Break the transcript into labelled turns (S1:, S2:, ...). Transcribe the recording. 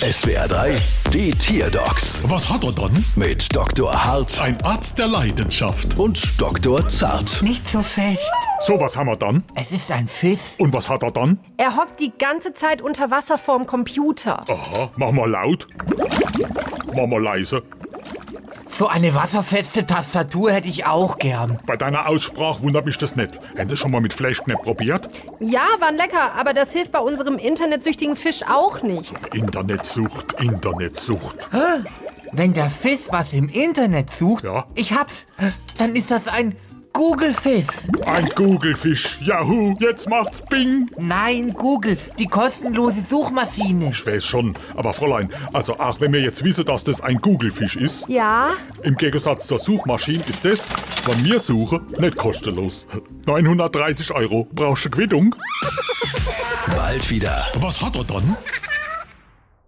S1: SWR 3, die Tierdocs
S2: Was hat er dann?
S1: mit Dr. Hart
S2: Ein Arzt der Leidenschaft.
S1: und Dr. Zart.
S3: Nicht so fest.
S2: So, was haben wir dann?
S3: Es ist ein Fisch.
S2: Und was hat er dann?
S4: Er hockt die ganze Zeit unter Wasser vorm Computer.
S2: Aha, mach mal laut. Mach mal leise.
S3: So eine wasserfeste Tastatur hätte ich auch gern.
S2: Bei deiner Aussprache wundert mich das nicht. Hätten Sie schon mal mit Flashknepp probiert?
S4: Ja, waren lecker, aber das hilft bei unserem internetsüchtigen Fisch auch nicht.
S2: Internetsucht, Internetsucht.
S3: Wenn der Fisch was im Internet sucht,
S2: Ja.
S3: ich hab's, dann ist das ein Google-Fisch.
S2: Ein Google-Fisch. Yahoo, jetzt macht's Bing.
S3: Nein, Google, die kostenlose Suchmaschine.
S2: Ich weiß schon, aber Fräulein, also auch wenn wir jetzt wissen, dass das ein Google-Fisch ist,
S4: Ja,
S2: im Gegensatz zur Suchmaschine ist das, was wir suchen, nicht kostenlos. 930 Euro. Brauchst du Quittung?
S1: Bald wieder.
S2: Was hat er dann?